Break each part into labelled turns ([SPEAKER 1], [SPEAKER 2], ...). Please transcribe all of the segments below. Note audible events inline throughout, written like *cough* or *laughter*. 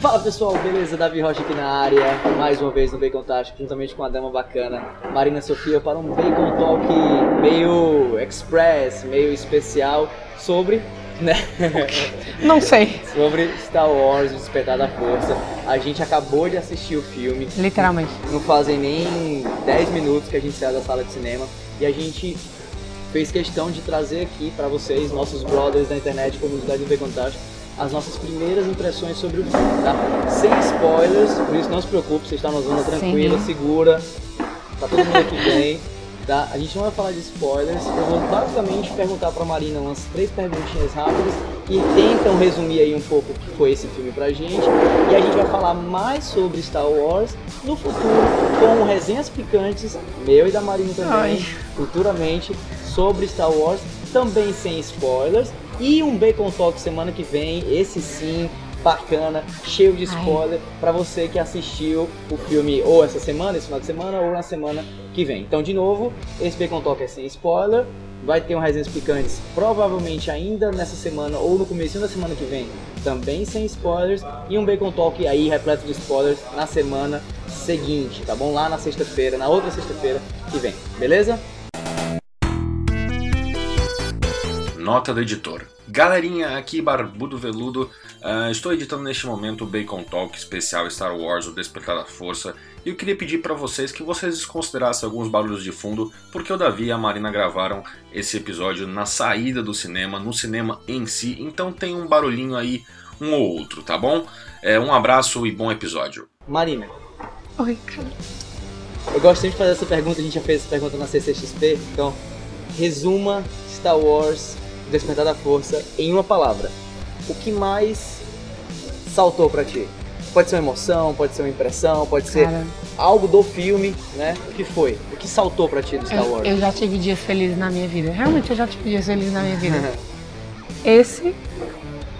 [SPEAKER 1] Fala pessoal, beleza? Davi Rocha aqui na área, mais uma vez no Bacon Tático, juntamente com a dama bacana, Marina Sofia, para um Bacon Talk meio express, meio especial, sobre, né? *laughs*
[SPEAKER 2] Não sei.
[SPEAKER 1] sobre Star Wars, O Despertar da Força. A gente acabou de assistir o filme,
[SPEAKER 2] Literalmente.
[SPEAKER 1] não fazem nem 10 minutos que a gente saiu da sala de cinema e a gente fez questão de trazer aqui pra vocês, nossos brothers da internet, comunidade do Fantástico, as nossas primeiras impressões sobre o filme, tá? Sem spoilers, por isso não se preocupe, você está numa zona tranquila,
[SPEAKER 2] Sim.
[SPEAKER 1] segura, tá todo mundo aqui bem. Tá? A gente não vai falar de spoilers, eu vou basicamente perguntar pra Marina umas três perguntinhas rápidas que tentam resumir aí um pouco o que foi esse filme pra gente. E a gente vai falar mais sobre Star Wars no futuro, com resenhas picantes, meu e da Marina também,
[SPEAKER 2] Ai.
[SPEAKER 1] futuramente, sobre Star Wars, também sem spoilers. E um Bacon Talk semana que vem, esse sim, bacana, cheio de
[SPEAKER 2] Ai.
[SPEAKER 1] spoiler, pra você que assistiu o filme ou essa semana, esse final de semana, ou na semana que vem. Então, de novo, esse Bacon Talk é sem spoiler. Vai ter um Resenhas Picantes provavelmente ainda nessa semana ou no começo da semana que vem, também sem spoilers. E um Bacon Talk aí repleto de spoilers na semana seguinte, tá bom? Lá na sexta-feira, na outra sexta-feira que vem, beleza?
[SPEAKER 3] Nota do editor. Galerinha, aqui Barbudo Veludo. ah, estou editando neste momento o Bacon Talk especial Star Wars: O Despertar da Força. E eu queria pedir para vocês que vocês desconsiderassem alguns barulhos de fundo, porque o Davi e a Marina gravaram esse episódio na saída do cinema, no cinema em si. Então tem um barulhinho aí, um ou outro, tá bom? É, um abraço e bom episódio.
[SPEAKER 1] Marina,
[SPEAKER 2] Oi, cara.
[SPEAKER 1] eu gosto sempre de fazer essa pergunta, a gente já fez essa pergunta na CCXP, então resuma Star Wars O Despertar da Força em uma palavra. O que mais saltou pra ti? Pode ser uma emoção, pode ser uma impressão, pode ser
[SPEAKER 2] Cara,
[SPEAKER 1] algo do filme, né? O que foi? O que saltou pra ti do Star
[SPEAKER 2] eu,
[SPEAKER 1] Wars?
[SPEAKER 2] eu já tive dias felizes na minha vida. Realmente, eu já tive dias felizes na minha
[SPEAKER 1] Uhum.
[SPEAKER 2] vida. Esse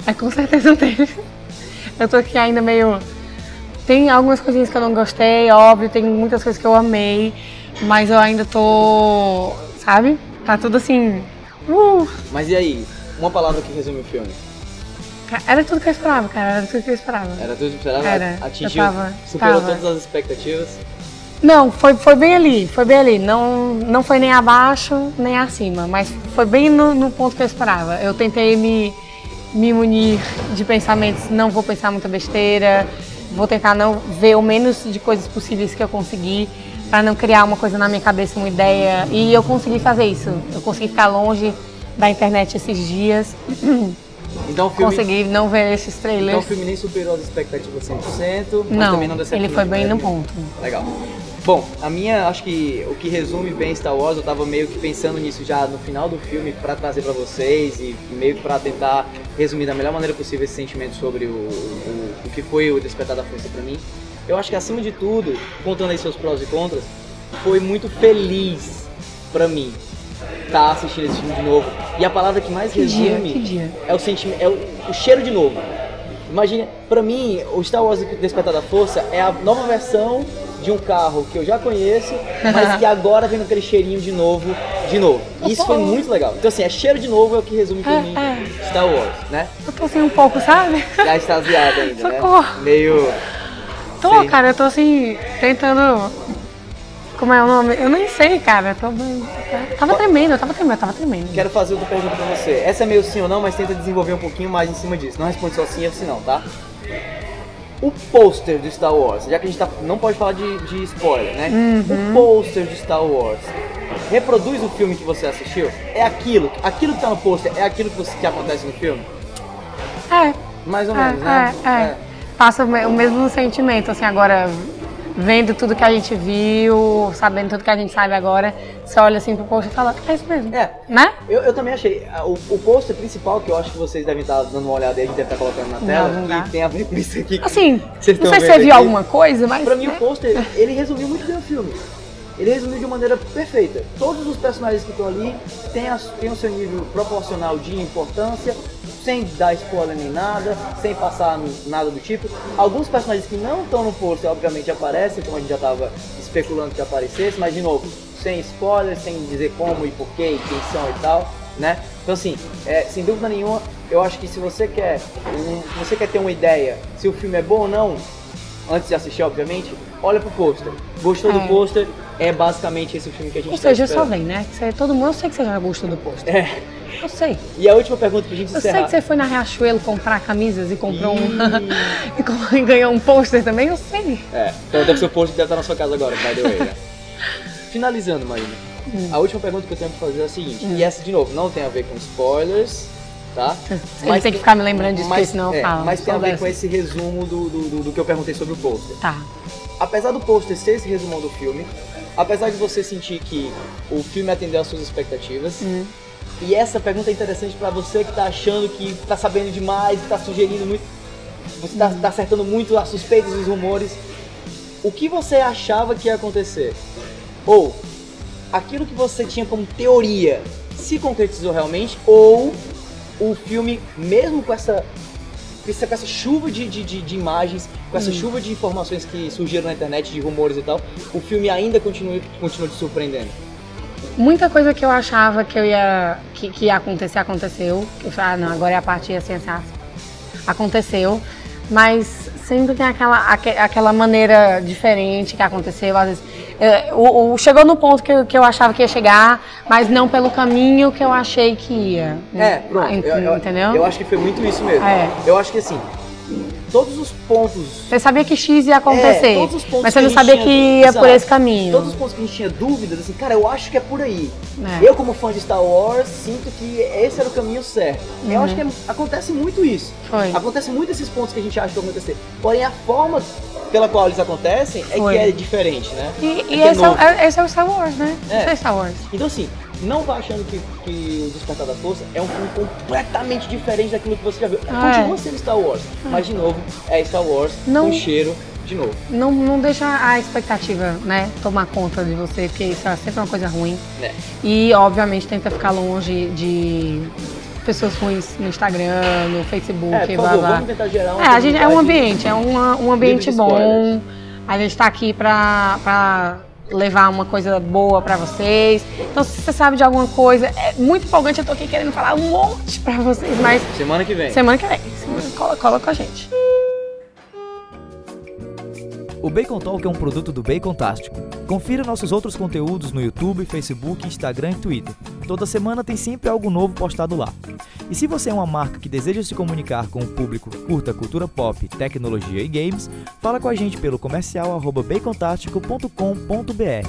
[SPEAKER 2] é com certeza um deles. Eu tô aqui ainda meio. Tem algumas coisinhas que eu não gostei, óbvio, tem muitas coisas que eu amei, mas eu ainda tô. Sabe? Tá tudo assim. Uh!
[SPEAKER 1] *laughs* Mas e aí? Uma palavra que resume o filme.
[SPEAKER 2] Ca- Era tudo que eu esperava, cara, era tudo que eu esperava.
[SPEAKER 1] Era tudo esperado?
[SPEAKER 2] Era, eu
[SPEAKER 1] Atingiu,
[SPEAKER 2] tava-
[SPEAKER 1] superou
[SPEAKER 2] tava.
[SPEAKER 1] todas as expectativas?
[SPEAKER 2] Não, foi, foi bem ali, foi bem ali. Não, não foi nem abaixo, nem acima, mas foi bem no, no ponto que eu esperava. Eu tentei me, me munir de pensamentos, não vou pensar muita besteira, vou tentar não ver o menos de coisas possíveis que eu conseguir, para não criar uma coisa na minha cabeça, uma ideia. E eu consegui fazer isso. Eu consegui ficar longe da internet esses dias,
[SPEAKER 1] Então o filme,
[SPEAKER 2] consegui não ver esses trailers.
[SPEAKER 1] então, o filme nem superou as expectativas 100%, mas
[SPEAKER 2] não,
[SPEAKER 1] também não decepcionou.
[SPEAKER 2] ele foi bem no
[SPEAKER 1] né?
[SPEAKER 2] ponto.
[SPEAKER 1] Legal. Bom, a minha, acho que o que resume bem Star Wars, eu tava meio que pensando nisso já no final do filme pra trazer pra vocês e meio que pra tentar resumir da melhor maneira possível esse sentimento sobre o, o, o que foi o Despertar da Força pra mim. Eu acho que acima de tudo, contando aí seus prós e contras, foi muito feliz pra mim estar assistindo esse filme de novo. E a palavra que mais
[SPEAKER 2] Que dia,
[SPEAKER 1] resume
[SPEAKER 2] que dia.
[SPEAKER 1] é o sentimento, é o, o cheiro de novo. Imagina, pra mim, o Star Wars Despertar da Força é a nova versão de um carro que eu já conheço, mas que agora vem com aquele cheirinho de novo, de novo. E isso foi muito legal. Então assim, é cheiro de novo é o que resume pra mim Star Wars, né?
[SPEAKER 2] Eu tô assim um pouco, sabe?
[SPEAKER 1] Já extasiado ainda, né?
[SPEAKER 2] Socorro.
[SPEAKER 1] Meio...
[SPEAKER 2] Tô,
[SPEAKER 1] Sim.
[SPEAKER 2] cara, eu tô assim, tentando. Como é o nome? Eu nem sei, cara. Eu tô bem. Tava tremendo, eu tava tremendo, eu tava tremendo.
[SPEAKER 1] Quero fazer outra pergunta pra você. Essa é meio sim ou não, mas tenta desenvolver um pouquinho mais em cima disso. Não responde só sim ou sim não, tá? O pôster do Star Wars, já que a gente tá, não pode falar de, de spoiler, né?
[SPEAKER 2] Uhum.
[SPEAKER 1] O pôster do Star Wars reproduz o filme que você assistiu? É aquilo, aquilo que tá no pôster, é aquilo que, você- que acontece no filme?
[SPEAKER 2] É,
[SPEAKER 1] Mais ou menos, né?
[SPEAKER 2] é, é, é. Passa o me- o mesmo sentimento, assim, agora vendo tudo que a gente viu, sabendo tudo que a gente sabe agora, você olha assim pro post e fala, é isso mesmo.
[SPEAKER 1] É. É,
[SPEAKER 2] Né?
[SPEAKER 1] Eu, eu também achei. Ah, O, o pôster principal, que eu acho que vocês devem estar dando uma olhada aí, a gente deve estar colocando na tela,
[SPEAKER 2] não
[SPEAKER 1] que
[SPEAKER 2] dá.
[SPEAKER 1] tem a ver com isso aqui.
[SPEAKER 2] *laughs* Assim,
[SPEAKER 1] Vocês
[SPEAKER 2] não
[SPEAKER 1] tão vendo
[SPEAKER 2] sei se você viu
[SPEAKER 1] aqui?
[SPEAKER 2] alguma coisa, mas.
[SPEAKER 1] Pra mim, o
[SPEAKER 2] né?
[SPEAKER 1] pôster, ele resumiu muito bem o filme. Ele resumiu de uma maneira perfeita. Todos os personagens que estão ali têm, a- têm o seu nível proporcional de importância, sem dar spoiler nem nada, sem passar n- nada do tipo. Alguns personagens que não estão no pôster, obviamente, aparecem, como a gente já estava especulando que aparecesse, mas, de novo, sem spoiler, sem dizer como e porquê e quem são e tal. né? Então assim, é, sem dúvida nenhuma, eu acho que se você quer, um- se você quer ter uma ideia se o filme é bom ou não, antes de assistir, obviamente, olha pro pôster. Gostou do
[SPEAKER 2] É.
[SPEAKER 1] pôster? É basicamente esse o filme que a gente
[SPEAKER 2] Ou seja, eu
[SPEAKER 1] tá
[SPEAKER 2] só
[SPEAKER 1] esperando.
[SPEAKER 2] vem, né? Que você- todo mundo, eu sei que você já gostou do posto.
[SPEAKER 1] É.
[SPEAKER 2] Eu sei.
[SPEAKER 1] E a última pergunta pra gente
[SPEAKER 2] Eu
[SPEAKER 1] encerrar.
[SPEAKER 2] sei que você foi na Riachuelo comprar camisas e comprou um.
[SPEAKER 1] Ih.
[SPEAKER 2] e com- e *laughs* ganhou um pôster também, eu sei.
[SPEAKER 1] É, então deve ser o posto que deve estar na sua casa agora, by the way, né? Finalizando, Marina.
[SPEAKER 2] Hum.
[SPEAKER 1] A última pergunta que eu tenho pra fazer é a seguinte. E essa, de novo, não tem a ver com spoilers, tá?
[SPEAKER 2] Ele tem que ficar me lembrando disso, porque senão eu
[SPEAKER 1] é,
[SPEAKER 2] falo.
[SPEAKER 1] Mas tem a ver
[SPEAKER 2] Soubesse.
[SPEAKER 1] com esse resumo do, do, do- do que eu perguntei sobre o pôster.
[SPEAKER 2] Tá.
[SPEAKER 1] Apesar do pôster ser esse resumão do filme, apesar de você sentir que o filme atendeu às suas expectativas,
[SPEAKER 2] Hum.
[SPEAKER 1] e essa pergunta é interessante pra você que tá achando que tá sabendo demais, que tá sugerindo muito. Você tá, tá acertando muito as suspeitas e os rumores. O que você achava que ia acontecer? Ou aquilo que você tinha como teoria se concretizou realmente? Ou o filme, mesmo com essa. Com essa- tá com essa chuva de, de, de- de imagens, com
[SPEAKER 2] Hum.
[SPEAKER 1] essa chuva de informações que surgiram na internet, de rumores e tal, o filme ainda continua, continua te surpreendendo.
[SPEAKER 2] Muita coisa que eu achava que eu ia que, que ia acontecer aconteceu. Eu falei, ah, não, agora é a parte assim, assim, assim. aconteceu, mas sempre tem aquela aque- aquela maneira diferente que aconteceu, às vezes é, o, o- chegou no ponto que, eu- que eu achava que ia chegar, mas não pelo caminho que eu achei que ia.
[SPEAKER 1] É, pronto.
[SPEAKER 2] Hum. Ah, Ent-
[SPEAKER 1] eu, eu-
[SPEAKER 2] entendeu?
[SPEAKER 1] Eu acho que foi muito isso mesmo.
[SPEAKER 2] É.
[SPEAKER 1] Eu acho que assim, todos os pontos.
[SPEAKER 2] Você sabia que X ia acontecer,
[SPEAKER 1] É, todos os pontos
[SPEAKER 2] mas você
[SPEAKER 1] que
[SPEAKER 2] não
[SPEAKER 1] a gente
[SPEAKER 2] sabia que
[SPEAKER 1] tinha-
[SPEAKER 2] ia
[SPEAKER 1] Exato.
[SPEAKER 2] por esse caminho.
[SPEAKER 1] Todos os pontos que a gente tinha dúvidas, assim, cara, eu acho que é por aí.
[SPEAKER 2] É.
[SPEAKER 1] Eu, como fã de Star Wars, sinto que esse era o caminho certo. Eu
[SPEAKER 2] Uhum.
[SPEAKER 1] acho que é- acontece muito isso.
[SPEAKER 2] Foi.
[SPEAKER 1] Acontece muito esses pontos que a gente acha que vão acontecer. Porém, a forma pela qual eles acontecem é
[SPEAKER 2] Foi.
[SPEAKER 1] que é diferente, né?
[SPEAKER 2] E, e
[SPEAKER 1] É que
[SPEAKER 2] esse, é, o-
[SPEAKER 1] novo.
[SPEAKER 2] é- esse é o Star Wars, né?
[SPEAKER 1] É.
[SPEAKER 2] Esse é o Star Wars.
[SPEAKER 1] Então, assim, não vá achando que, que o Despertar da Força é um filme completamente diferente daquilo que você já viu.
[SPEAKER 2] Ah,
[SPEAKER 1] Continua
[SPEAKER 2] é.
[SPEAKER 1] sendo Star Wars, mas de novo, é Star Wars
[SPEAKER 2] Não-
[SPEAKER 1] com cheiro de novo.
[SPEAKER 2] Não, não deixa a expectativa, né, tomar conta de você, porque isso é sempre uma coisa ruim.
[SPEAKER 1] né?
[SPEAKER 2] E, obviamente, tenta ficar longe de pessoas ruins no Instagram, no Facebook,
[SPEAKER 1] É, por
[SPEAKER 2] blá
[SPEAKER 1] favor,
[SPEAKER 2] blá.
[SPEAKER 1] vamos tentar gerar uma
[SPEAKER 2] É, a gente, é um
[SPEAKER 1] comunidade-
[SPEAKER 2] ambiente, é uma- um ambiente
[SPEAKER 1] de
[SPEAKER 2] bom.
[SPEAKER 1] spoilers.
[SPEAKER 2] A gente tá aqui pra, pra levar uma coisa boa pra vocês. Então, se você sabe de alguma coisa, é muito empolgante. Eu tô aqui querendo falar um monte pra vocês, mas
[SPEAKER 1] Semana que vem.
[SPEAKER 2] semana que vem, semana, cola, cola com a gente.
[SPEAKER 4] O Bacon Talk é um produto do Bacon Tástico. Confira nossos outros conteúdos no YouTube, Facebook, Instagram e Twitter. Toda semana tem sempre algo novo postado lá. E se você é uma marca que deseja se comunicar com o público que curta cultura pop, tecnologia e games, fala com a gente pelo comercial arroba bacontástico.com.br.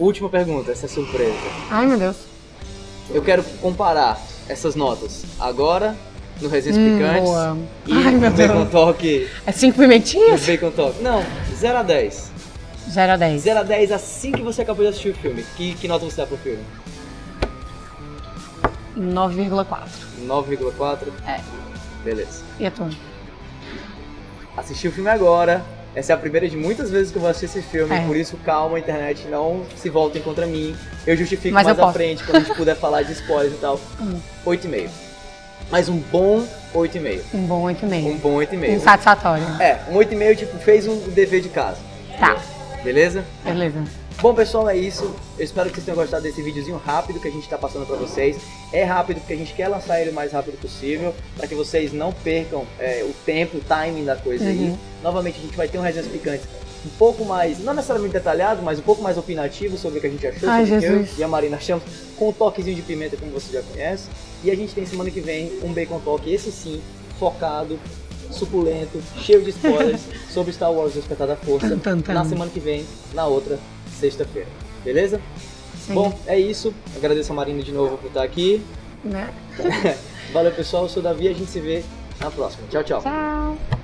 [SPEAKER 1] Última pergunta, essa é surpresa.
[SPEAKER 2] Ai, meu Deus.
[SPEAKER 1] Eu quero comparar essas notas agora no Resenhas
[SPEAKER 2] Hum,
[SPEAKER 1] Picantes
[SPEAKER 2] boa.
[SPEAKER 1] e
[SPEAKER 2] Ai, meu
[SPEAKER 1] no Bacon
[SPEAKER 2] Deus.
[SPEAKER 1] Talk.
[SPEAKER 2] É cinco
[SPEAKER 1] No
[SPEAKER 2] pimentinhas?
[SPEAKER 1] Bacon Talk. Não, 0 a 10.
[SPEAKER 2] 0 a 10.
[SPEAKER 1] 0 a 10 assim que você acabou de assistir o filme. Que, que nota você dá pro filme?
[SPEAKER 2] 9,4.
[SPEAKER 1] 9,4?
[SPEAKER 2] É.
[SPEAKER 1] Beleza.
[SPEAKER 2] E a tua?
[SPEAKER 1] Assisti o filme agora. Essa é a primeira de muitas vezes que eu vou assistir esse filme,
[SPEAKER 2] É.
[SPEAKER 1] por isso calma, internet, não se voltem contra mim. Eu justifico
[SPEAKER 2] Mas eu
[SPEAKER 1] mais à
[SPEAKER 2] posso.
[SPEAKER 1] frente quando a gente puder falar de spoilers e tal.
[SPEAKER 2] Hum.
[SPEAKER 1] 8,5. Mas um bom 8,5.
[SPEAKER 2] Um bom 8,5.
[SPEAKER 1] Um bom
[SPEAKER 2] Um
[SPEAKER 1] 8,5.
[SPEAKER 2] satisfatório.
[SPEAKER 1] É, um 8,5 tipo fez o dever de casa,
[SPEAKER 2] Tá,
[SPEAKER 1] beleza?
[SPEAKER 2] beleza.
[SPEAKER 1] Bom, pessoal, é isso. Eu espero que vocês tenham gostado desse videozinho rápido que a gente está passando para vocês. É rápido porque a gente quer lançar ele o mais rápido possível, para que vocês não percam é, o tempo, o timing da coisa aí.
[SPEAKER 2] Uhum.
[SPEAKER 1] Novamente, a gente vai ter um Resenhas Picantes um pouco mais, não necessariamente detalhado, mas um pouco mais opinativo sobre o que a gente achou,
[SPEAKER 2] Ai,
[SPEAKER 1] sobre o que eu
[SPEAKER 2] Jesus.
[SPEAKER 1] e a Marina achamos, com um toquezinho de pimenta, como você já conhece. E a gente tem semana que vem um Bacon Talk, esse sim, focado, suculento, cheio de
[SPEAKER 2] *laughs*
[SPEAKER 1] spoilers sobre Star Wars, o Espetar da Força,
[SPEAKER 2] Tum, tum, tum.
[SPEAKER 1] na semana que vem, na outra sexta-feira. Beleza?
[SPEAKER 2] Sim.
[SPEAKER 1] Bom, é isso. Agradeço a Marina de novo por estar aqui.
[SPEAKER 2] Né?
[SPEAKER 1] Valeu, pessoal. Eu sou o Davi. A gente se vê na próxima. Tchau, tchau.
[SPEAKER 2] Tchau.